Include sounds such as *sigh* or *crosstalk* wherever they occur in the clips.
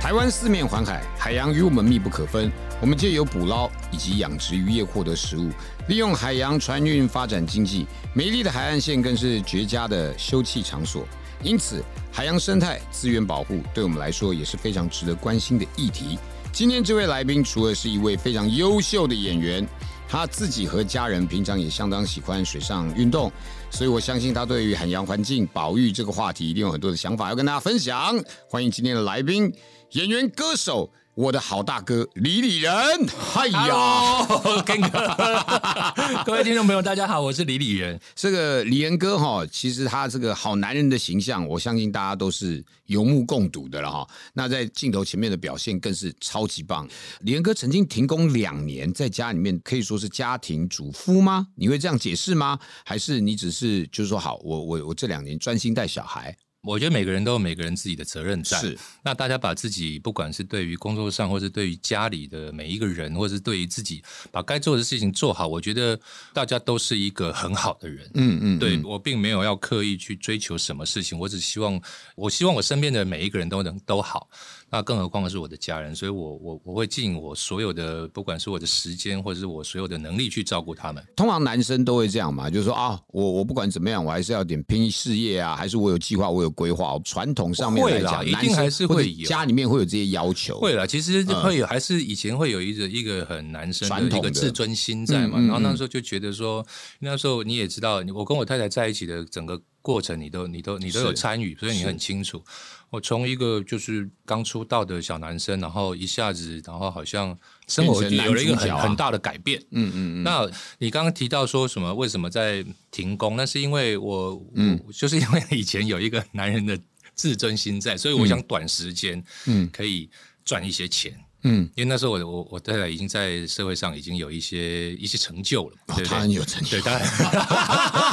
台湾四面环海，海洋与我们密不可分。我们借由捕捞以及养殖渔业获得食物，利用海洋船运发展经济。美丽的海岸线更是绝佳的休憩场所。因此，海洋生态资源保护对我们来说也是非常值得关心的议题。今天这位来宾除了是一位非常优秀的演员，他自己和家人平常也相当喜欢水上运动，所以我相信他对于海洋环境保育这个话题一定有很多的想法要跟大家分享。欢迎今天的来宾，演员、歌手，我的好大哥李李仁。嗨哎呀， Hello，Ken 哥， *laughs* 各位听众朋友，大家好，我是李李仁。这个李仁哥哈，其实他这个好男人的形象，我相信大家都是有目共睹的了哈。那在镜头前面的表现更是超级棒。李仁哥曾经停工两年，在家里面可以说是家庭主夫吗？你会这样解释吗？还是你只是就是说好，我我我这两年专心带小孩？我觉得每个人都有每个人自己的责任在。是，那大家把自己不管是对于工作上，或是对于家里的每一个人，或是对于自己把该做的事情做好，我觉得大家都是一个很好的人。嗯嗯，对我并没有要刻意去追求什么事情，我只希望我希望我身边的每一个人都能都好，那更何况是我的家人，所以我我我会尽我所有的，不管是我的时间或者是我所有的能力去照顾他们。通常男生都会这样嘛，就是说啊，我我不管怎么样，我还是要点拼事业啊，还是我有计划，我有规划。传统上面来讲，会啦一定男生还是或者会有家里面会有这些要求。会啦，其实会有，还是以前会有一个一个很男生传的统一的个自尊心在嘛。嗯嗯然后那时候就觉得说，那时候你也知道，我跟我太太在一起的整个过程，你都你都你都有是参与，所以你很清楚。我哦从一个就是刚出道的小男生，然后一下子，然后好像生活变成男有了一个主角很啊很大的改变。嗯嗯嗯，那你刚刚提到说什么？为什么在停工？那是因为我，嗯，就是因为以前有一个男人的自尊心在，所以我想短时间，嗯嗯，可以赚一些钱。嗯，因为那时候我我我太太已经在社会上已经有一些一些成就了，哦对不他对？很有成就对，。当然。 *laughs*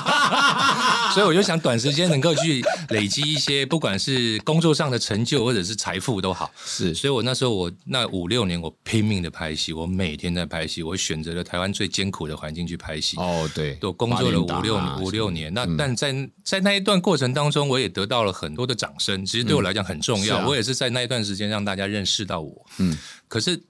所以我就想短时间能够去累积一些，不管是工作上的成就或者是财富都好。是 *laughs* 所以我那时候我那五六年我拼命的拍戏，我每天在拍戏，我选择了台湾最艰苦的环境去拍戏。哦，对，我工作了八五点六档啊五六年，那但在在那一段过程当中，我也得到了很多的掌声，其实对我来讲很重是要。啊我也是在那一段时间让大家认识到我。嗯嗯，可是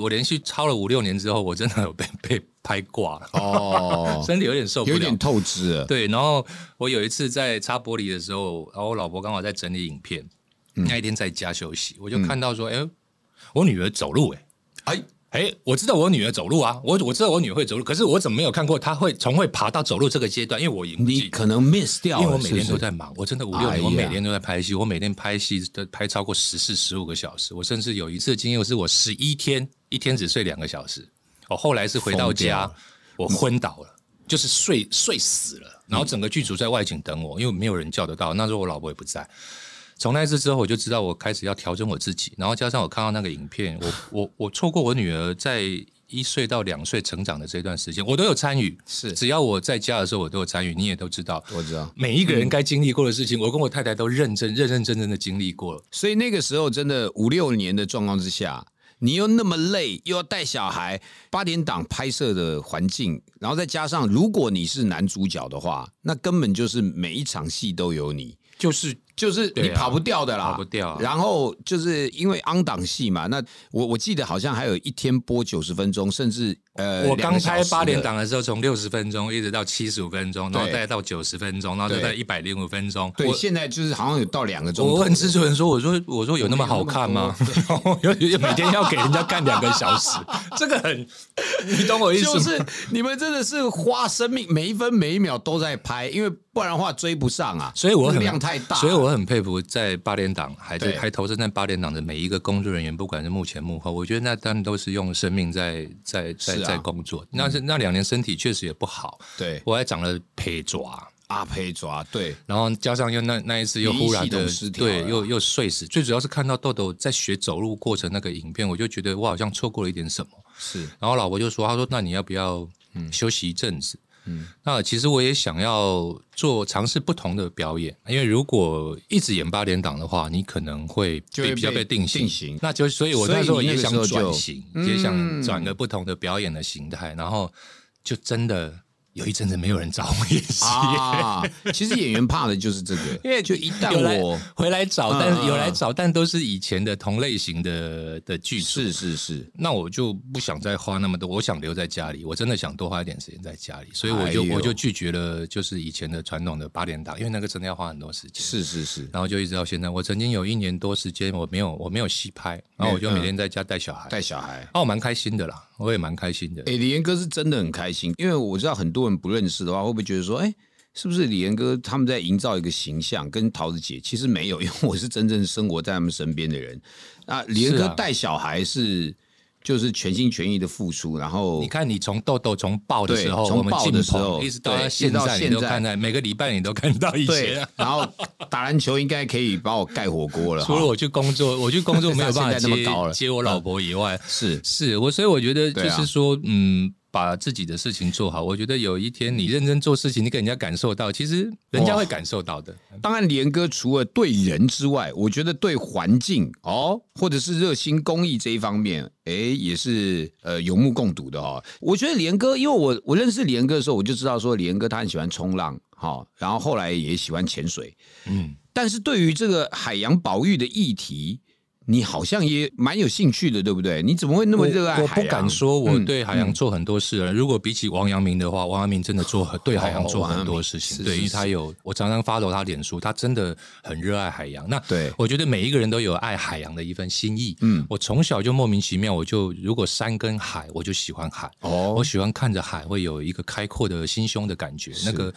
我连续超了五六年之后，我真的有被被拍挂了，哦，身体有点 *laughs* 受不了，有点透支了。对，然后我有一次在擦玻璃的时候，然后我老婆刚好在整理影片，嗯那一天在家休息，我就看到说，哎、我女儿走路、哎，哎哎，我知道我女儿走路啊，我我知道我女儿会走路，可是我怎么没有看过她会从会爬到走路这个阶段？因为我已经你可能 miss 掉因了，为我每天是不都是在忙，我真的五六哎年，呀我每天都在拍戏，我每天拍戏都拍超过十四、十五个小时，我甚至有一次经验是我十一天，一天只睡两个小时。我后来是回到疯掉家了，我昏倒了，就是睡睡死了，然后整个剧组在外景等我，因为没有人叫得到，那时候我老婆也不在。从那一次之后，我就知道我开始要调整我自己，然后加上我看到那个影片，我我我错过我女儿在一岁到两岁成长的这段时间，我都有参与，是只要我在家的时候我都有参与，你也都知道，我知道。每一个人该经历过的事情，我跟我太太都认真、认认真真的经历过了。所以那个时候真的五六年的状况之下，你又那么累，又要带小孩，八点档拍摄的环境，然后再加上如果你是男主角的话，那根本就是每一场戏都有你，就是就是你对啊跑不掉的啦，跑不掉啊然后就是因为昂档戏嘛，那我我记得好像还有一天播九十分钟，甚至呃，我两刚个小拍时的八点，档的时候，从六十分钟一直到七十五分钟，然后对再到九十分钟，然后再对到一百零五分钟。对，我现在就是好像有到两个钟头。我问制作人说：“我说我说有那么好看吗？ *laughs* 有每天要给人家看两个小时，这个很，你懂我意思吗？ *laughs* 就是你们真的是花生命每一分每一秒都在拍，因为不然的话追不上啊。所以我那很个量太大，所以我很佩服在八点档还在对还投身在八点档的每一个工作人员，不管是幕前幕后，我觉得那当然都是用生命在在在、是啊在工作。那是那两年身体确实也不好，对我还长了皮爪。阿培抓，对，然后加上又那那一次又忽然免疫系的统失调了对，又又睡死。最主要是看到豆豆在学走路过程那个影片，我就觉得我好像错过了一点什么。 *laughs* 是然后老婆就说：“她说那你要不要嗯嗯休息一阵子？”那其实我也想要做尝试不同的表演，因为如果一直演八点档的话，你可能会就会比较被被定型。定型那就所以我那时所候以你那个也想时候就嗯转型，也想转个不同的表演的形态，然后就真的有一阵子没有人找我演戏。啊，其实演员怕的就是这个， *laughs* 因为就一有旦来我回来找，嗯但嗯有来嗯找，但都是以前的同类型的的剧组。是是是，那我就不想再花那么多，我想留在家里，我真的想多花一点时间在家里，所以我就、哎呦我就拒绝了，就是以前的传统的八点档，因为那个真的要花很多时间。是是是，然后就一直到现在，我曾经有一年多时间我没有我没有戏拍，然后我就每天在家带小孩，嗯带小孩。哦，我蛮开心的啦，我也蛮开心的。哎、李岩哥是真的很开心，因为我知道很多人不认识的话，会不会觉得说，哎、是不是李岩哥他们在营造一个形象？跟桃子姐其实没有，因为我是真正生活在他们身边的人。啊，李岩是哥啊带小孩是就是全心全意的付出，然后你看，你从豆豆从抱的对时候，从我们抱进的时候棚一直到对现一直到在，你现都在看在每个礼拜你都看到以前对啊。，然后打篮球应该可以把我盖火锅了哈。 *laughs* 除了我去工作，我去工作没有办法 *laughs* 现在那么高接了接我老婆以外，是是我，所以我觉得对就啊是说，嗯，把自己的事情做好。我觉得有一天你认真做事情，你给人家感受到，其实人家哇会感受到的。当然，连哥除了对人之外，我觉得对环境哦，或者是热心公益这一方面，诶，也是呃有目共睹的哦。我觉得连哥，因为我我认识连哥的时候，我就知道说连哥他很喜欢冲浪，哈、然后后来也喜欢潜水。嗯，但是对于这个海洋保育的议题，你好像也蛮有兴趣的，对不对？你怎么会那么热爱海洋？我不敢说我嗯对海洋做很多事了。如果比起王阳明的话，王阳明真的做很对海洋做很多事情。哦王阳明是对，是因为他有我常常发抖他脸书，他真的很热爱海洋。那对我觉得每一个人都有爱海洋的一份心意。嗯我从小就莫名其妙，我就如果山跟海，我就喜欢海。我哦，喜欢看着海，会有一个开阔的心胸的感觉。那个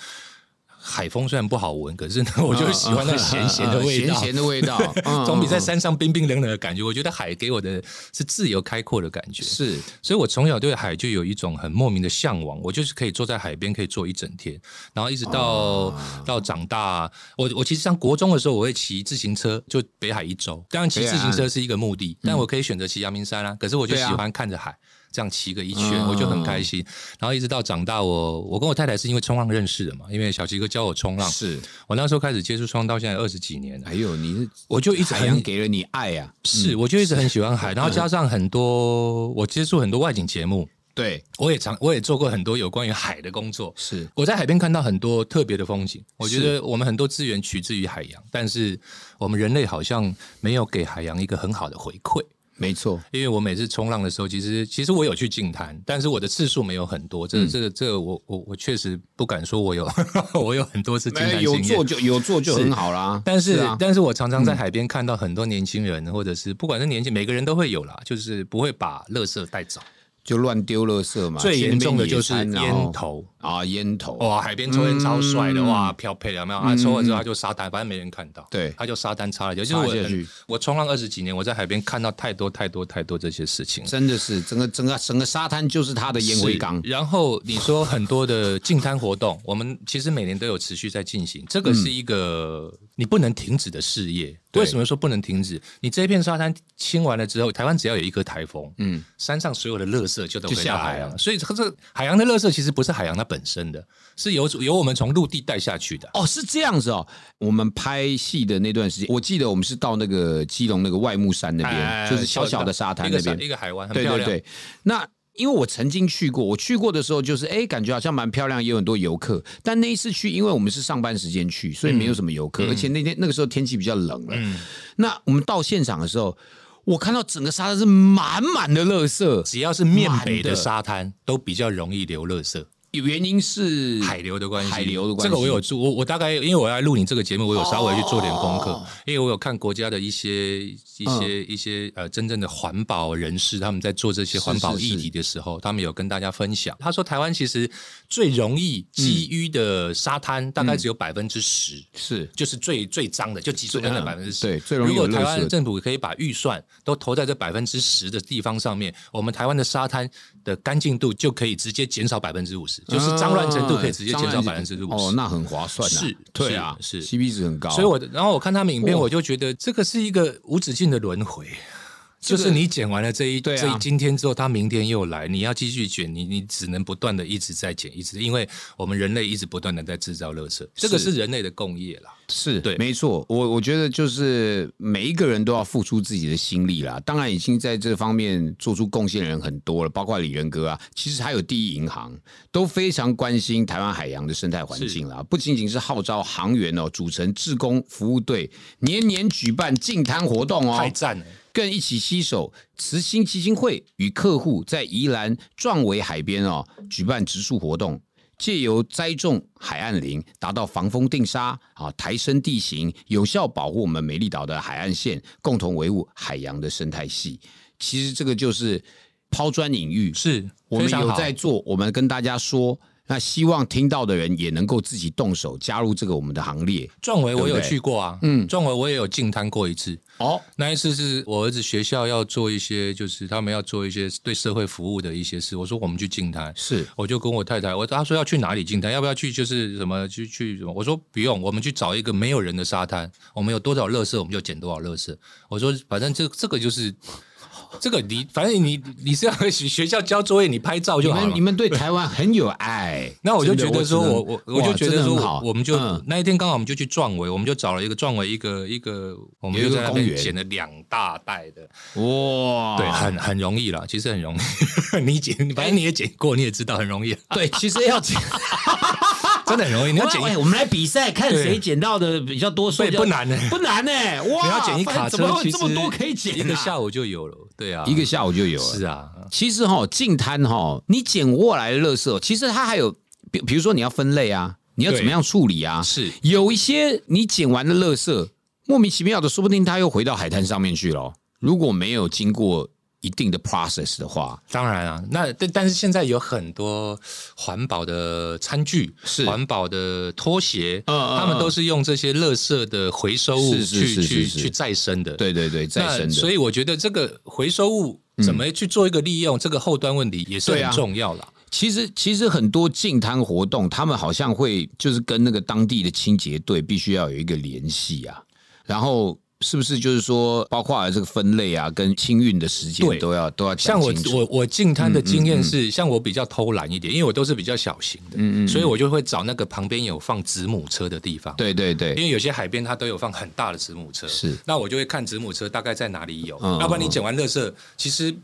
海风虽然不好闻，可是呢，我就喜欢 *laughs* 那咸咸的味道，嗯咸咸的味道嗯 *laughs* 总比在山上冰冰冷冷的感觉。我觉得海给我的是自由开阔的感觉，嗯是所以我从小对海就有一种很莫名的向往。我就是可以坐在海边，可以坐一整天，然后一直到、哦到长大。我我其实上国中的时候，我会骑自行车，就北海一周。当然，骑北海自行岸嗯车是一个目的，但我可以选择骑阳明山啊。可是我就对喜啊欢看着海。这样骑个一圈，嗯我就很开心。然后一直到长大我，我跟我太太是因为冲浪认识的嘛，因为小齐哥教我冲浪。是，我那时候开始接触冲浪，到现在二十几年了。哎呦，你是我就一直海很洋给了你爱呀、啊，是，我就一直很喜 *laughs* 欢海，然后加上很多我接触很多外景节目，对，我也常我也做过很多有关于海的工作。是我在海边看到很多特别的风景，我觉得我们很多资源取自于海洋，但是我们人类好像没有给海洋一个很好的回馈。没错。因为我每次冲浪的时候，其实其实我有去净滩，但是我的次数没有很多。这个、这个这个，我我我确实不敢说我有 *laughs* 我有很多次净没滩有经验做。就有做就很好啦。但是，嗯啊，但是我常常在海边看到很多年轻人，或者是不管是年轻，每个人都会有啦，就是不会把垃圾带走。就乱丢垃圾嘛。最严重的就是前面野餐然后烟头哦啊，烟头。哇，海边抽烟超帅嗯的、哇，飘配有没有？啊，抽完之后他就沙滩，反正没人看到，对他就沙滩擦了就擦是我呃下去我冲浪二十几年，我在海边看到太多太多太多这些事情了。真的是整个整个整个沙滩就是它的烟灰缸是，然后你说很多的净滩活动， *laughs* 我们其实每年都有持续在进行，这个是一个你不能停止的事业。嗯对为什么说不能停止？你这片沙滩清完了之后，台湾只要有一颗台风，嗯，山上所有的垃圾就都就回下到海海了洋，所以这个海洋的垃圾其实不是海洋它本身的，是由由我们从陆地带下去的。哦，是这样子哦。我们拍戏的那段时间，我记得我们是到那个基隆那个外木山那边，就是小小的沙滩一那哎个边沙一。个海湾，很对漂对亮。对，那。因为我曾经去过，我去过的时候就是，哎，感觉好像蛮漂亮，也有很多游客。但那一次去，因为我们是上班时间去，所以没有什么游嗯客，而且那天那个时候天气比较冷了。那我们到现场的时候，我看到整个沙滩是满满的垃圾，只要是面北满的的沙滩，都比较容易流垃圾。原因是海流的关系，海流的关系这个我有做，我我大概因为我要录你这个节目，我有稍微去做点功课，哦因为我有看国家的一些一些、嗯一些呃真正的环保人士，他们在做这些环保是是议题的时候，他们有跟大家分享，他说台湾其实最容易嗯积淤的沙滩大概只有百分之十。是就是最最脏的，就集中在那嗯百分之十。对最容易如果有垃圾台湾的政府可以把预算都投在这百分之十的地方上面，我们台湾的沙滩的干净度就可以直接减少百分之五十。就是脏乱程度可以直接减啊少百分之五哦，十。那很划算啊，是对啊，是是 CP 值很高，所以我的，然后我看他们影片，哇我就觉得这个是一个无止境的轮回。就是你剪完了这一对啊这一今天之后，他明天又来，你要继续剪，你你只能不断的一直在剪，一直，因为我们人类一直不断的在制造垃圾，这个是人类的共业啦。是对没错，我我觉得就是每一个人都要付出自己的心力啦。当然，已经在这方面做出贡献的人很多了，包括李仁哥啊，其实还有第一银行都非常关心台湾海洋的生态环境啦。不仅仅是号召航员哦，组成志工服务队，年年举办净滩活动哦，太赞了，更一起携手慈心基金会与客户在宜兰壮围海边哦举办植树活动，借由栽种海岸林，达到防风定沙啊、抬升地形，有效保护我们美丽岛的海岸线，共同维护海洋的生态系。其实这个就是抛砖引玉，是我们非常有好在做，我们跟大家说。那希望听到的人也能够自己动手加入这个我们的行列壮维，我对有不对去过啊，嗯，壮维我也有进摊过一次，哦。那一次是我儿子学校要做一些，就是他们要做一些对社会服务的一些事。我说我们去净滩，是我就跟我太太，我她说要去哪里净滩，要不要去就是什么去去什么？我说不用，我们去找一个没有人的沙滩，我们有多少垃圾我们就捡多少垃圾。我说反正这这个就是这个你反正你你是要 *laughs* 学学校交作业，你拍照你就好们了你。们对台湾很有爱， *laughs* 那我就觉真的得说只能我，我我哇就觉真得的说很好，，我们就、嗯那一天刚好我们就去壮围，我们就找了一个壮围一个一个，我们有一就个在那公边园哦捡了两大袋的哇，对，很很容易啦，其实很容易。 *laughs* 你剪，反正你也剪过，你也知道很容易，啊对，其实要剪， *laughs* 真的很容易。你你要剪哎一，我们来比赛，看对谁剪到的比较多，对，比较 *laughs* 不难的。不难呢、哎欸，哇，你要剪一卡怎车么，会其这实么多可以剪、啊？一 *laughs* 个下午就有了。对啊，一个下午就有了。是啊，其实哈、净滩哈，你捡过来的垃圾哦，其实它还有，比比如说你要分类啊，你要对怎么样处理啊？是有一些你捡完的垃圾，莫名其妙的，说不定它又回到海滩上面去了。哦如果没有经过一定的 process 的话，当然啊。那但但是现在有很多环保的餐具，是环保的拖鞋，嗯嗯他们都是用这些垃圾的回收物是是去是是去是去再生的。对对对，再那生的，嗯所以我觉得这个回收物怎么去做一个利用，这个后端问题也是对啊很重要啦。其实其实很多净滩活动，他们好像会就是跟那个当地的清洁队必须要有一个联系啊，然后。是不是就是说，包括这个分类啊，跟清运的时间对都要都要像讲我清楚？嗯我我进摊的经验是，像我比较偷懒一点，因为我都是比较小型的，所以我就会找那个旁边有放子母车的地方。对对因对，为有些海边它都有放很大的子母车，是那我就会看子母车大概在哪里有，嗯要不然你捡完垃圾，其实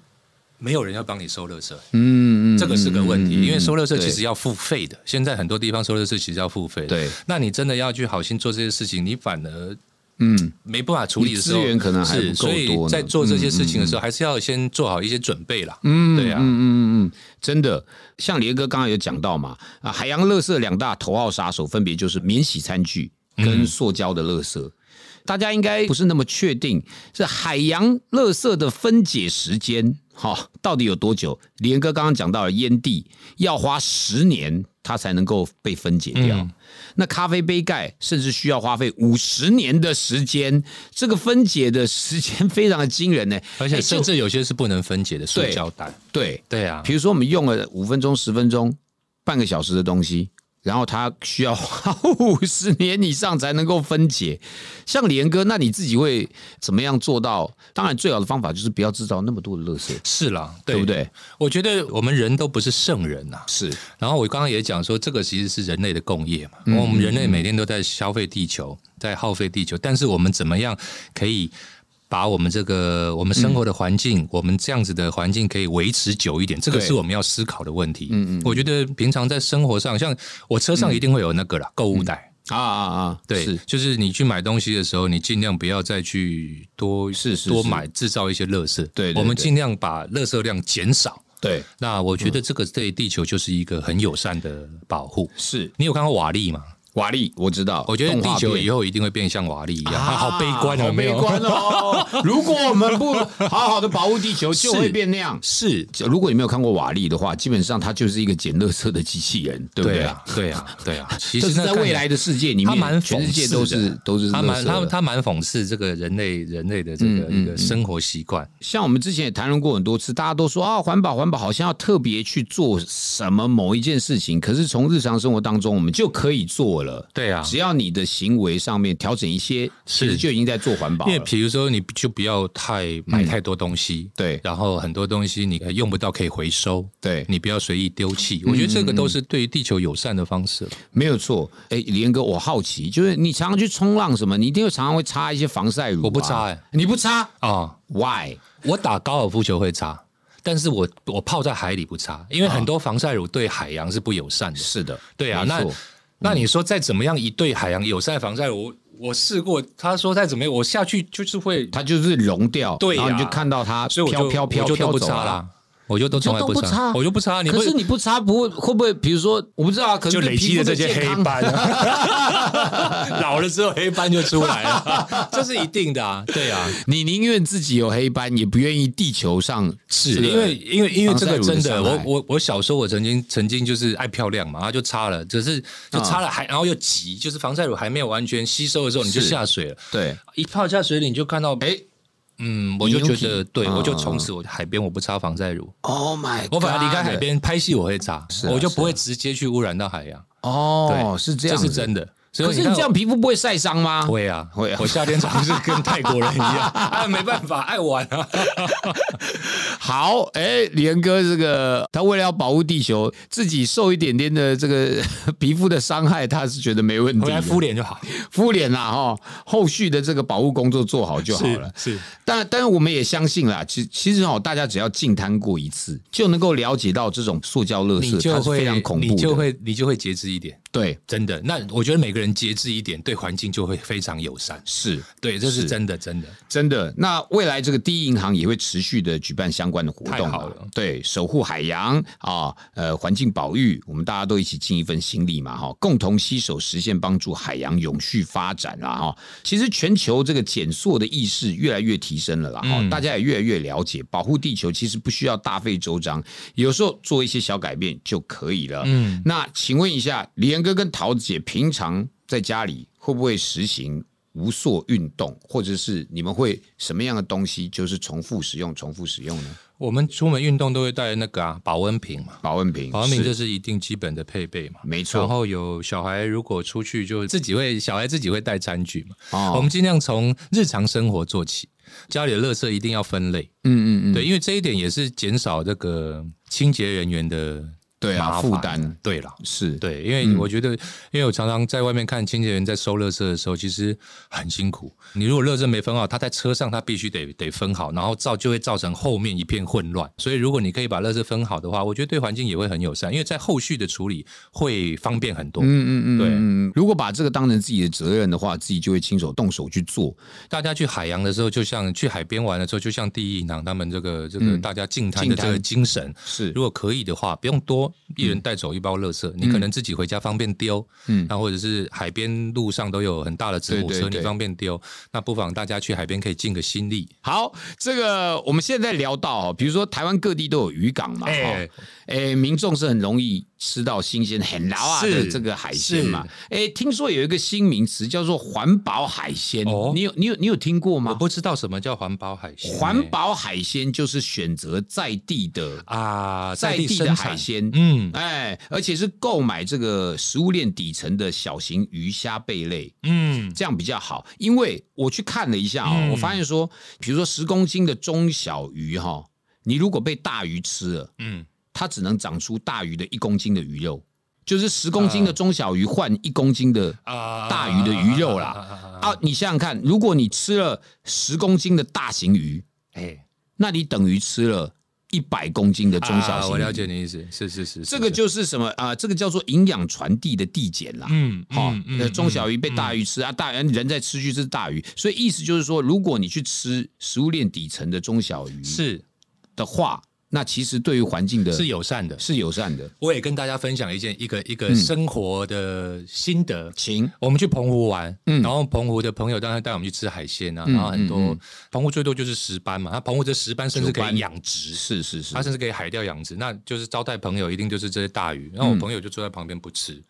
没有人要帮你收垃圾，嗯嗯，这个是个问嗯题，嗯嗯因为收垃圾对其实要付费的，现在很多地方收垃圾其实要付费的，对，那你真的要去好心做这些事情，你反而嗯，没办法处理的时候，你资源可能还不是，够所以多呢嗯在做这些事情的时候，还是要先做好一些准备啦。嗯，对啊，嗯嗯嗯，真的，像连哥刚刚有讲到嘛，啊，海洋垃圾两大头号杀手分别就是免洗餐具嗯跟塑胶的垃圾。大家应该不是那么确定，是海洋垃圾的分解时间哈、到底有多久？连哥刚刚讲到了烟蒂要花十年，它才能够被分解掉。嗯那咖啡杯盖甚至需要花费五十年的时间，这个分解的时间非常的惊人呢。而哎且就甚至有些是不能分解的塑对胶袋。对，对啊，比如说我们用了五分钟、十分钟、半个小时的东西，然后它需要花五十年以上才能够分解。像连哥，那你自己会怎么样做到？当然，最好的方法就是不要制造那么多的垃圾，是啦，对不？对？我觉得我们人都不是圣人啊呐、是然后我刚刚也讲说，这个其实是人类的共业嘛。嗯我们人类每天都在消费地球，在耗费地球，但是我们怎么样可以把我们这个我们生活的环境，我们这样子的环境可以维持久一点？这个嗯对是我们要思考的问题。嗯嗯，我觉得平常在生活上，像我车上一定会有那个啦，购物袋。啊啊啊，对，是就是你去买东西的时候，你尽量不要再去多是是多是买制造一些垃圾。对对我们对尽量把垃圾量减少。对，嗯那我觉得这个对地球就是一个很友善的保护。是你有看过瓦力吗？瓦力我知道，我觉得动地画球片以后一定会变像瓦力一样，啊啊好悲观哦，好没悲有观 *laughs* 哦！如果我们不好好的保护地球，就会变那样。是，如果你没有看过瓦力的话，基本上它就是一个捡垃圾的机器人，对不对对啊？，*laughs* 对啊，对啊。其这实是那在看起未来来的世界里他蛮面，讽刺全世的界都是都是他蛮垃圾他的嗯他蛮讽刺这个人类人类的这个一个生活习惯，像我们之前也谈论过很多次，大家都说啊，环保环保好像要特别去做什么某一件事情，可是从日常生活当中我们就可以做了。对啊只要你的行为上面调整一些，其实是就已经在做环保因为了。比如说你就不要太买太多东西，嗯对然后很多东西你用不到可以回收，对嗯你不要随意丢弃。我觉得这个都是对于地球友善的方式了。没有错。哎，李彦哥，我好奇，就是你常常去冲浪什么，你一定会常常会擦一些防晒乳、啊我不擦哎你不擦啊、 ，why？我打高尔夫球会擦，但是我我泡在海里不擦，因为很多防晒乳对海洋是不友善的。啊是的，对啊，没那错那你说再怎么样一对海洋友善防晒乳，我我试过，他说再怎么样，我下去就是会，它就是溶掉，对呀然后你就看到它所以我飘就飘飘我就都飘不走擦了。啦，我就都从来你就都不擦擦，我就不擦，你可会是你不擦不会会不会？比如说，我不知道啊，可能就对累积皮的肤这的些健黑康斑、啊， *laughs* *laughs* 老了之后黑斑就出来了，这是一定的啊，对啊，你宁愿自己有黑斑，也不愿意地球上是这个因为因为因为这个真防晒的，乳的伤我害我我小时候我曾经曾经就是爱漂亮嘛，然后就擦了，只是就嗯擦了还、然后又急，就是防晒乳还没有完全吸收的时候你就是下水了，对，一泡下水里你就看到，哎嗯，我就你有觉得体对，嗯我就从此我海边我不擦防晒乳， ，Oh my，我反而离开 God 海边拍戏我会擦，啊我就不会直接去污染到海洋，哦，对是这这样，是真。的。所以可是你看这样皮肤不会晒伤吗？会啊，会啊我夏天常是跟泰国人一样， *laughs* 哎，没办法，爱玩 *laughs* 啊。好，哎，李恩哥，这个他为了要保护地球，自己受一点点的这个 *laughs* 皮肤的伤害，他是觉得没问题回来的。敷脸就好。敷脸啦，哈，后续的这个保护工作做好就好了。是是但但是我们也相信啦，其其实哦，大家只要进滩过一次，就能够了解到这种塑胶垃你圾它就是会非常恐怖的。你就会你就会节制一点，对，真的。那我觉得每个人节制一点，对环境就会非常友善。是对，这是是真的，真的。真的。那未来这个第一银行也会持续的举办相关的活动太嘛好了对，守护海洋啊、呃，环境保育，我们大家都一起尽一份心力嘛，哈、共同携手实现帮助海洋永续发展啦，哈、其实全球这个减塑的意识越来越提升了啦，哈、大家也越来越了解，保护地球其实不需要大费周章，有时候做一些小改变就可以了。嗯，那请问一下，李岩哥跟桃子姐平常在家里会不会实行无塑运动，或者是你们会什么样的东西就是重复使用、重复使用呢？我们出门运动都会带那个啊保温瓶嘛，保温瓶，保温瓶这是是一定基本的配备嘛。没错然后有小孩如果出去就自己会，小孩自己会带餐具嘛。哦我们尽量从日常生活做起，家里的垃圾一定要分类。嗯嗯嗯，对，因为这一点也是减少这个清洁人员的对啊，麻烦负担对了。嗯是，对，因为我觉得，因为我常常在外面看清洁人在收垃圾的时候，其实很辛苦。你如果垃圾没分好，他在车上他必须得得分好，然后造就会造成后面一片混乱。所以如果你可以把垃圾分好的话，我觉得对环境也会很友善，因为在后续的处理会方便很多。嗯嗯嗯，对嗯，如果把这个当成自己的责任的话，自己就会亲手动手去做。大家去海洋的时候，就像去海边玩的时候，就像第一银行他们这个这个大家净滩净的嗯这滩个精神，是如果可以的话，不用多，一人带走一包垃圾，你可能自己回家方便丢，嗯，那或者是海边路上都有很大的子母对对车，对你方便丢，那不妨大家去海边可以尽个心力。好，这个我们现在聊到哦，比如说台湾各地都有渔港嘛，哎哈，哎，民众是很容易吃到新鲜、很老啊的是这个海鲜嘛。哎，听说有一个新名词叫做环保海鲜，哦你有你有你有听过吗我？不知道什么叫环保海鲜、环保海鲜就是选择在地的，啊，在地地生的产海鲜嗯哎，而且是购买这个食物链底层的小型鱼虾贝类，嗯，这样比较好。因为我去看了一下哦，嗯我发现说，比如说十公斤的中小鱼哈、你如果被大鱼吃了，嗯，它只能长出大鱼的一公斤的鱼肉，就是十公斤的中小鱼换一公斤的啊大鱼的鱼肉啦啊，你想想看，如果你吃了十公斤的大型鱼，哎，那你等于吃了一百公斤的中小啊型鱼。我了解你的意思，是是是，是这个是就是什么啊、这个叫做营养传递的递减啦。嗯，好、嗯呃嗯中小鱼被大鱼吃、啊，大人人在吃去这是大鱼，所以意思就是说，如果你去吃食物链底层的中小鱼是的话，那其实对于环境的是友善的。是友善的。我也跟大家分享一件一个一个生活的心得。请我们去澎湖玩，嗯然后澎湖的朋友当然带我们去吃海鲜啊，然后很多、澎湖最多就是石斑嘛，它澎湖这石斑甚至可以养殖，啊是是是它，甚至可以海钓养殖，那就是招待朋友一定就是这些大嗯鱼，然后我朋友就坐在旁边不吃。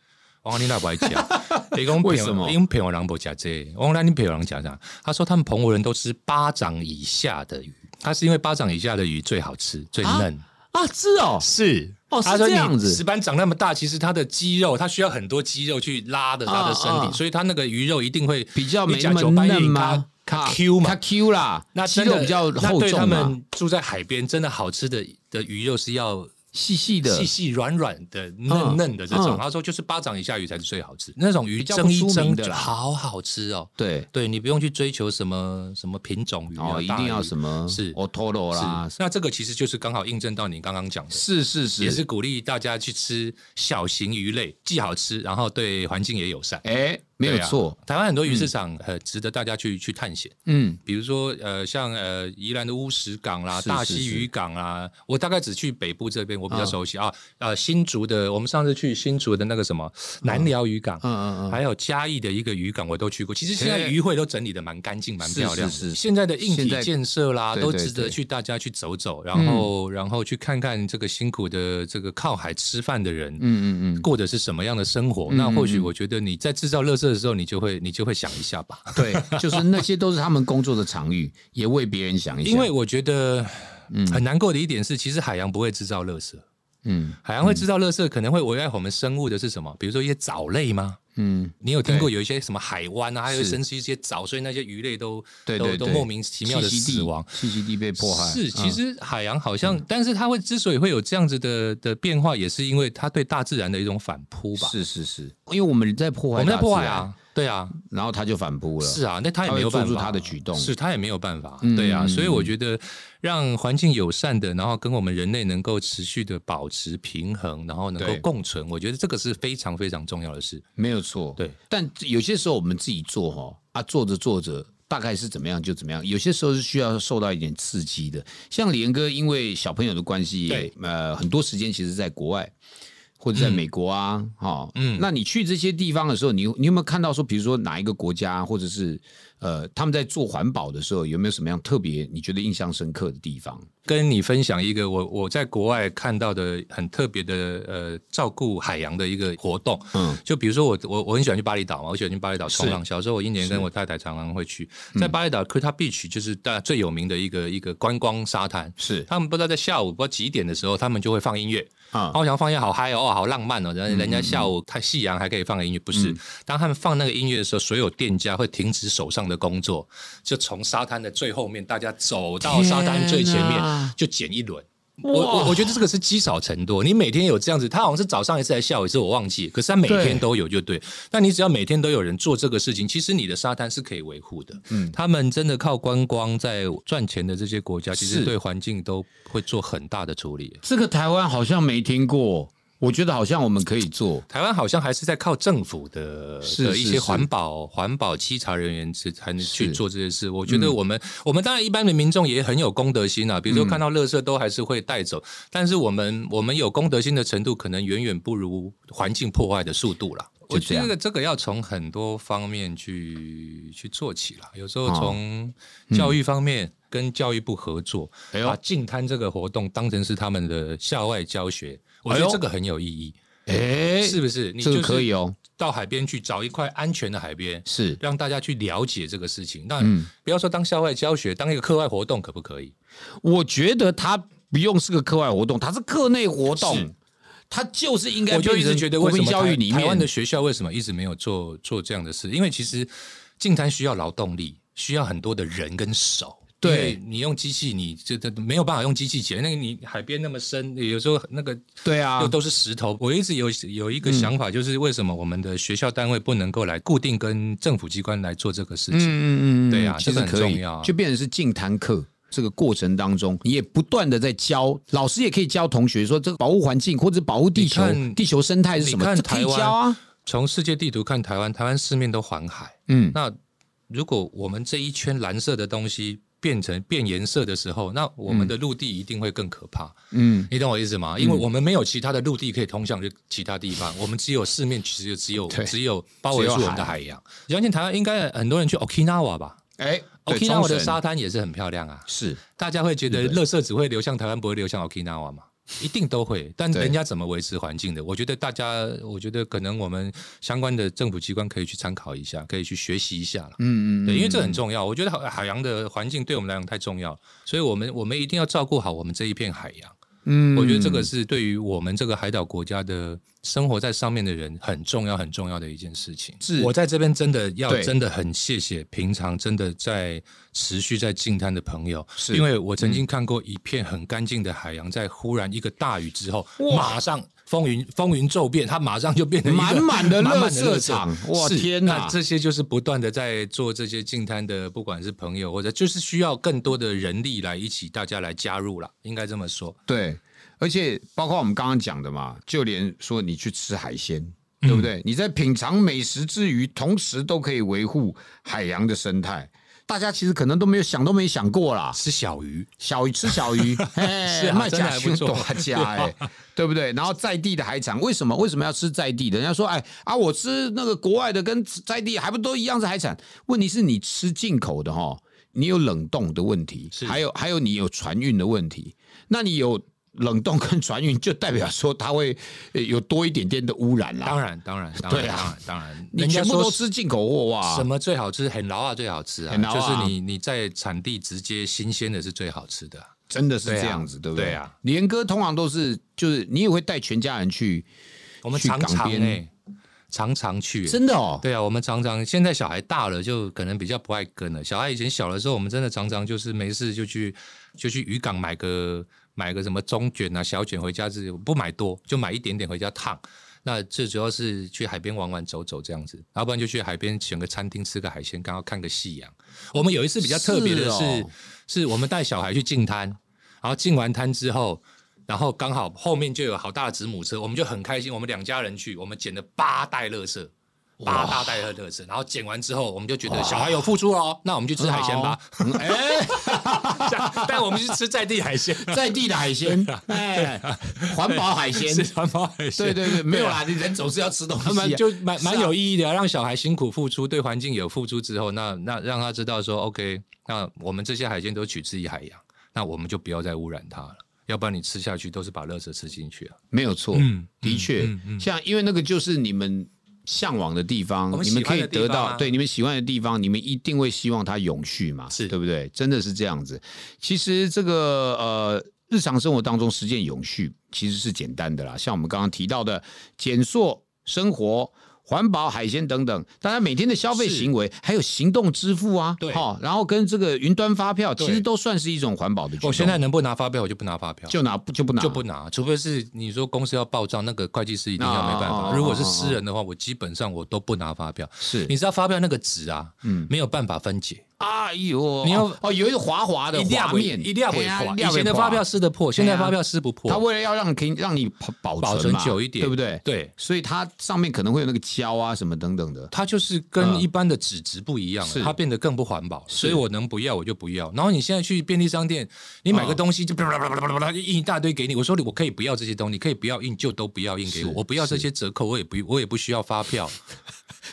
我讲你那不爱讲， *laughs* 你讲为什么因为朋友人不讲这个，我讲那你朋友人讲啥？他说他们澎湖人都吃巴掌以下的鱼，他是因为巴掌以下的鱼最好吃、最嫩。啊，是哦，是，哦他是说这你样子石斑长那么大，其实它的肌肉，它需要很多肌肉去拉的它的身体，啊所以它那个鱼肉一定会比较你没讲那九么斑嫩鱼吗？它啊它 Q 它嘛， Q 啦，那肌真的肉比较那厚对他重啊嘛，们住在海边，真的好吃的的鱼肉是要细细的细，细软软的、嫩嫩的这嗯种。他说就是巴掌以下鱼才是最好吃，那种鱼比较蒸一不出名蒸的就啦好好吃哦。对，对你不用去追求什么什么品种鱼啊哦，一大定要鱼什么是哦，托罗啦，是，那这个其实就是刚好印证到你刚刚讲的，是是是，也是鼓励大家去吃小型鱼类，既好吃，然后对环境也友善。哎，没有对啊错，台湾很多鱼市场呃值得大家去去探险，嗯，比如说呃像呃宜兰的乌石港啦、是大是溪是嗯渔港啦，我大概只去北部这边，我比较熟悉啊。呃新竹的，我们上次去新竹的那个什么南寮渔港，嗯嗯嗯还有嘉义的一个渔港我都去过。其实现在嘿渔会都整理的蛮干净、蛮是漂亮的。是是现在的硬现体在建设啦，对都对值对嗯得去大家去走走，然后然后去看看这个辛苦的这个靠海吃饭的人，嗯嗯嗯，过的是什么样的生活。那或许我觉得你在制造垃圾的时候，你就会你就会想一下吧，对，就是那些都是他们工作的场域， *laughs* 也为别人想一嗯想，因为我觉得很难过的一点是，其实海洋不会制造垃圾。嗯海洋会制造垃圾，可能会危害我们生物的是什么？比如说一些藻类吗？嗯，你有听过对有一些什么海湾啊，还有是生吃一些藻，所以那些鱼类都对都对都对莫名其妙的栖息地死亡。栖息地被迫害，是，其嗯实海洋好像，但是它会之所以会有这样子的的变化，也是因为它对大自然的一种反扑吧。是是是，因为我们在破我坏，们在破坏啊，，对啊，然后他就反扑了，是啊，那他也他会没有办做法，出他的举动是他也没有办法，嗯对啊，嗯所以我觉得让环境友善的，然后跟我们人类能够持续的保持平衡，然后能够对共存，我觉得这个是非常非常重要的事。没有错，对。但有些时候我们自己做哈啊，做着做着。大概是怎么样就怎么样，有些时候是需要受到一点刺激的。像李恩哥，因为小朋友的关系，对呃，很多时间其实在国外或者在美国啊，哈、嗯，那你去这些地方的时候，你你有没有看到说，比如说哪一个国家或者是呃，他们在做环保的时候，有没有什么样特别你觉得印象深刻的地方？跟你分享一个我我在国外看到的很特别的呃照顾海洋的一个活动，嗯嗯，就比如说我我我很喜欢去巴厘岛嘛，我喜欢去巴厘岛冲浪。小时候我一年跟是我太太常常会去，在巴厘岛 k u t a Beach 就是大最有名的一个一个观光沙滩，是他们不知道在下午不知道几点的时候，他们就会放音乐。啊嗯啊，我想放音乐好嗨哦，哦好浪漫哦。然后人家下午看夕阳还可以放个音乐，不是？当他们放那个音乐的时候，所有店家会停止手上的工作，就从沙滩的最后面，大家走到沙滩最前天面哪，就捡一轮。我我我觉得这个是积少成多，你每天有这样子，他好像是早上一次还是下午一次，我忘记。可是他每天都有就对，但你只要每天都有人做这个事情，其实你的沙滩是可以维护的。嗯，他们真的靠观光在赚钱的这些国家，其是实对环境都会做很大的处理。这个台湾好像没听过，我觉得好像我们可以做。台湾好像还是在靠政府的是的是一是些环保环保稽查人员是才能去是嗯做这些事。我觉得我们、我们当然一般的民众也很有公德心啊，比如说看到垃圾都还是会带走，但是我们我们有公德心的程度可能远远不如环境破坏的速度啦。就我这觉样得这个要从很多方面去去做起啦，有时候哦从教育方面跟教育部合作，哎呦把净滩这个活动当成是他们的校外教学，我觉哎得呦这个很有意义。哎，是不是？你这就个是可以哦，到海边去找一块安全的海边，是让大家去了解这个事情。那嗯不要说当校外教学，当一个课外活动可不可以？我觉得它不用是个课外活动，它是课内活动是，它就是应该我就变一直成觉得国为什民么教育台里台湾面的学校为什么一直没有做做这样的事？因为其实净滩需要劳动力，需要很多的人跟手。对因为你用机器，你这这没有办法用机器解。那个你海边那么深，有时候那个对啊嗯又，都是石头。我一直有有一个想法，就是为什么我们的学校单位不能够来固定跟政府机关来做这个事情？嗯对啊其这实个很可以重要啊就变成是净谈课。这个过程当中，你也不断的在教老师，也可以教同学说，这个保护环境或者保护地球你、看地球生态是什么，你看这可以台湾教啊。从世界地图看台湾，台湾四面都环海。嗯，那如果我们这一圈蓝色的东西变成变颜色的时候，那我们的陆地一定会更可怕。嗯，你懂我意思吗？因为我们没有其他的陆地可以通向去其他地方，我们只有四面其实只有对只有包围住我们的海洋。我相信台湾应该很多人去 Okinawa 吧哎，对，Okinawa 冲的绳沙滩也是很漂亮啊。是大家会觉得日本垃圾只会流向台湾，不会流向 *laughs* Okinawa 吗？一定都会，但对人家怎么维持环境的？我觉得大家，我觉得可能我们相关的政府机关可以去参考一下，可以去学习一下了。嗯嗯，对，因为这很重要。我觉得海海洋的环境对我们来讲太重要了，所以我们我们一定要照顾好我们这一片海洋。嗯我觉得这个是对于我们这个海岛国家的生活在上面的人很重要、很重要的一件事情。是我在这边真的要对真的很谢谢平常真的在持续在进滩的朋友，是嗯因为我曾经看过一片很干净的海洋，在忽然一个大雨之后，马上风云风云骤变，它马上就变成一个满满的满满垃的圾场哇是天哪那这些就是不断的在做这些进滩的，不管是朋友或者就是需要更多的人力来一起大家来加入了，应该这么说。对，而且包括我们刚刚讲的嘛，就连说你去吃海鲜，对不对？你在品尝美食之余，同时都可以维护海洋的生态。大家其实可能都没有想都没想过啦，吃小鱼，小鱼吃小 *laughs* 鱼，嘿是啊卖真的假还胸不错啊大家 *laughs* 哎，对不对？然后在地的海产，为什么为什么要吃在地的？人家说，哎啊，我吃那个国外的跟在地还不都一样是海产？问题是你吃进口的哈，你有冷冻的问题，是还有还有你有船运的问题，那你有。冷冻跟船运就代表说它会呃有多一点点的污染啦。当然当然，当对然啊当然当然，你人家全部说都吃进口货哇，什么最好吃？很劳啊，最好吃啊，很劳啊就是你你在产地直接新鲜的是最好吃的啊、真的是对这啊样子，对不对？对啊，连哥通常都是就是你也会带全家人去，我们去常港常哎、边常常去、欸。真的哦，对啊，我们常常现在小孩大了，就可能比较不爱跟了。小孩以前小的时候，我们真的常常就是没事就去就去渔港买个买个什么中卷啊、小卷回家自己不买多，就买一点点回家烫。那最主要是去海边玩玩走走这样子，要不然就去海边选个餐厅吃个海鲜，刚好看个夕阳。我们有一次比较特别的是是，哦是我们带小孩去进滩，然后进完滩之后，然后刚好后面就有好大的子母车，我们就很开心，我们两家人去，我们捡了八袋垃圾。八大袋的乐色，然后捡完之后，我们就觉得小孩有付出哦，那我们去吃海鲜吧。嗯 *laughs* 哎，但我们去吃在地海 *laughs* 鲜， *laughs* 在地的海鲜，哎，环保海鲜，啊是环保海鲜。对对对，没有啦，你人总是要吃东西他啊，们就蛮蛮是啊有意义的啊，让小孩辛苦付出，对环境有付出之后，那那让他知道说，OK，那我们这些海鲜都取之于海洋，那我们就不要再污染它了，要不然你吃下去都是把垃圾吃进去啊。没有错嗯，的确，像因为那个就是你们向往的地方我，们你喜们欢可以的地得方到啊对你们喜欢的地方，你们一定会希望它永续嘛，是对不对？真的是这样子。其实这个呃，日常生活当中实践永续其实是简单的啦，像我们刚刚提到的减塑生活。环保、海鲜等等，大家每天的消费是行为，还有行动支付啊，对齁然后跟这个云端发票，其对实都算是一种环保的举动。我现在能不拿发票，我就不拿发票。就拿不就不拿就不拿，除非是你说公司要报账，那个会计师一定要没办哦哦法。哦如果是私人的话，我基本上我都不拿发票。是你知道发票那个纸啊，嗯没有办法分解，哎呦，你要哦，有一个滑滑的一定要滑面，一定要嘿伪啊破。一定要以前的伪垮发票撕得破，现在发票撕不它破，为了要让可以让你保保保存存嘛久一点，对不对？对，所以它上面可能会有那个胶啊什么等等的，它就是跟一般的纸质不一样了，是它变得更不环保了。所以我能不要我就不要。然后你现在去便利商店，你买个东西就啪啪啪啪啪啪啪印一大堆给你，我说你我可以不要这些东西，你可以不要印就都不要印给我，我不要这些折扣，我也不我也不需要发票。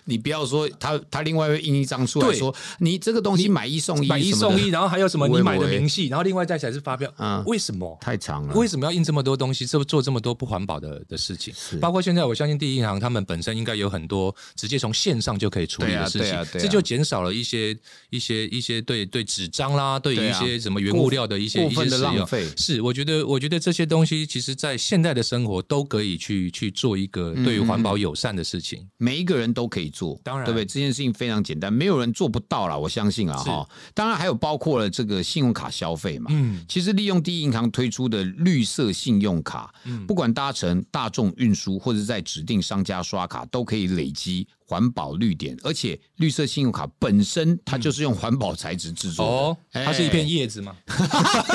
你不要说它它另外会印一张出来对说你这个东西买一送一，买一送一，，然后还有什么喂你买的喂明细，然后另外再起来是发票，嗯为什么？太长了，为什么要印这么多东西？这做这么多不环保的的事情，包括现在我相信第一银行他们本身应该有很多直接从线上就可以处理对啊的事对情啊，对啊这就减少了一些一些一些对对纸张啦，对对一啊些什么原物料的一些过一分些的使浪用费是，我觉得我觉得这些东西其实在现代的生活都可以去去做一个对于环保友善的事情。每一个人都可以做，当然对不对？这件事情非常简单，没有人做不到啦，我相信啊是哈。当然还有包括了这个信用卡消费嘛，嗯，其实利用第一银行推出的绿色信用嗯卡，不管搭乘大众运输或者在指定商家刷卡，都可以累积环保绿点，而且绿色信用卡本身它就是用环保材质制作的哦，哎它是一片叶子吗？ *laughs*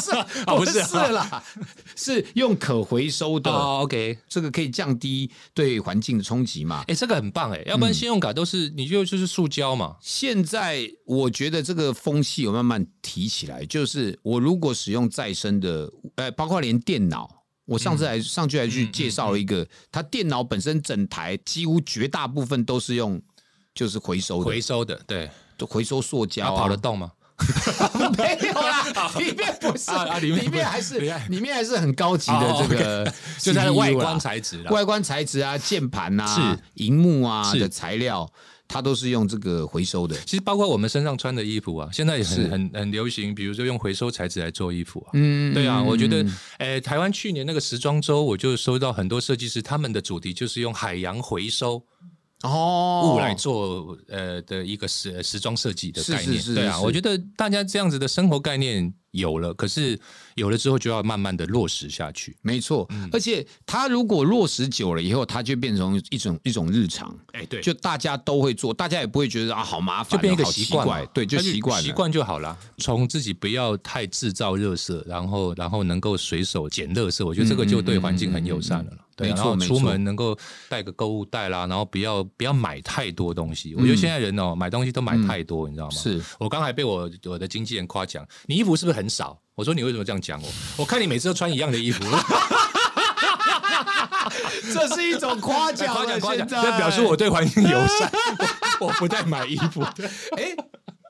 是啊不 *laughs* 不是是啦，是用可回收的，哦，OK，这个可以降低对环境的冲击嘛？哎，这个很棒哎，要不嗯然信用卡都是你就就是塑胶嘛，现在我觉得这个风气有慢慢提起来，就是我如果使用再生的，呃，包括连电脑，我上次嗯还、上去还去介绍了一个，它电脑本身整台几乎绝大部分都是用就是回收的，回收的，对，回回收塑胶、它啊，跑得动吗？没有 *laughs* 啦，里面不是，啊啊里里面不是还是里面里面还是很高级的哦这个 CPU 啦，就是它的外观材质啦。外观材质啊、键盘啊是、荧幕啊是的材料，它都是用这个回收的。其实包括我们身上穿的衣服啊，现在也是很很很流行，比如说用回收材质来做衣服啊。嗯对啊，我觉得，呃，台湾去年那个时装周，我就收到很多设计师，他们的主题就是用海洋回收哦，物来做呃的一个时时装设计的概是念。是是对啊，是我觉得大家这样子的生活概念有了，可是有了之后就要慢慢的落实下去。没错，嗯而且它如果落实久了以后，它就变成一种一种日常，哎，对就大家都会做，大家也不会觉得啊好麻烦，就变一个好习奇惯嘛怪，对，就那习惯了习惯就好了。从自己不要太制造热色，然后然后能够随手捡热色，我觉得这个就对环境很友善了啦。对，没然错后没出错门能够带个购物袋啦，然后不要不要买太多东西。我觉得现在人哦，买东西都买太多，你知道吗？是我刚才被我我的经纪人夸奖，你衣服是不是很少？我说你为什么这样讲我？我看你每次都穿一样的 *laughs* 衣服， *laughs* 这是一种哎夸奖 *laughs* 夸了奖夸奖，现在这表示我对环境友善。 *laughs* 我我不太买衣服， *laughs* 哎，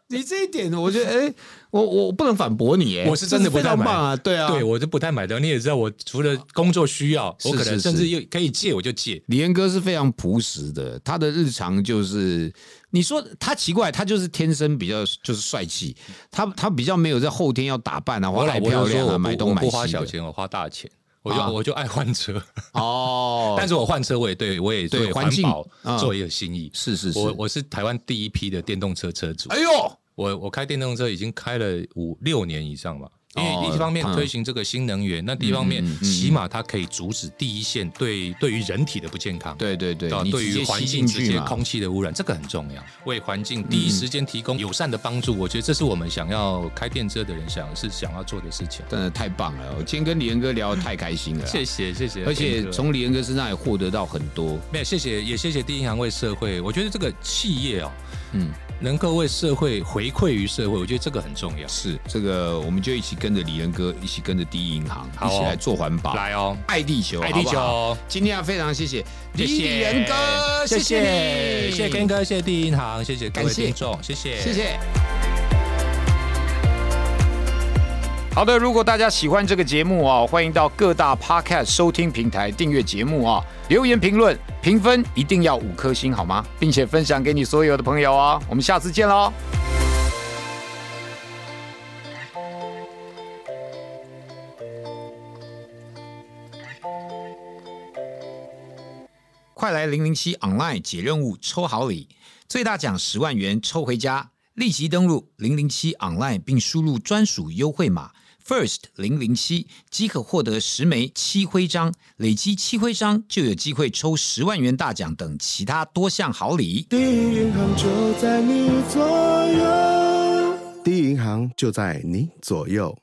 你这一点，我觉得，哎，我我不能反驳你，哎，我是真的这不非太常买棒啊，对啊，对我就不太买的。你也知道，我除了工作需要，是我可能是甚是至又可以借我就借。李岩哥是非常朴实的，他的日常就是，你说他奇怪，他就是天生比较就是帅气，他他比较没有在后天要打扮啊，或我者老爱婆漂就亮说啊，我买不东我买不花西小的。钱，我花大钱。我就、啊我就爱换车，哦，但是我换车我也对我也对对环环境保啊做一个心意。是是是，我我是台湾第一批的电动车车主，哎呦，我我开电动车已经开了五六年以上吧。因哦为一方面嗯推行这个新能源，那第一方面起码它可以阻止第一线对对于人体的不健康，对对对啊，你对直接于环吸进境直去接嘛，空气的污染，这个很重要，嗯为环境第一时间提供友善的帮助，我觉得这是我们想要开电车的人想是想要做的事情。真的太棒了！我今天跟李岩哥聊得太开心了啊，谢谢谢谢，而斌且哥从李岩哥身上也获得到很多，没有谢谢也谢谢第一行为社会，我觉得这个企业哦，嗯，能够为社会回馈于社会，我觉得这个很重要。是这个，我们就一起跟着李岩哥，一起跟着第一银行，好一起哦来做环保，来哦，爱地球，爱地好不好球。今天要非常谢谢谢李谢岩哥，谢谢谢，你谢谢根哥，谢谢第一银行，谢谢各感位谢听众，谢谢，谢谢。好的，如果大家喜欢这个节目啊，欢迎到各大 Podcast 收听平台订阅节目啊，留言评论、评分一定要五颗星好吗？并且分享给你所有的朋友啊，我们下次见喽。快来零零七 online 解任务抽好礼，最大奖十万元抽回家。立即登录零零七 online 并输入专属优惠码 first 零零七，即可获得十枚七徽章，累积七徽章就有机会抽十万元大奖等其他多项好礼。第一银行就在你左右，第一银行就在你左右。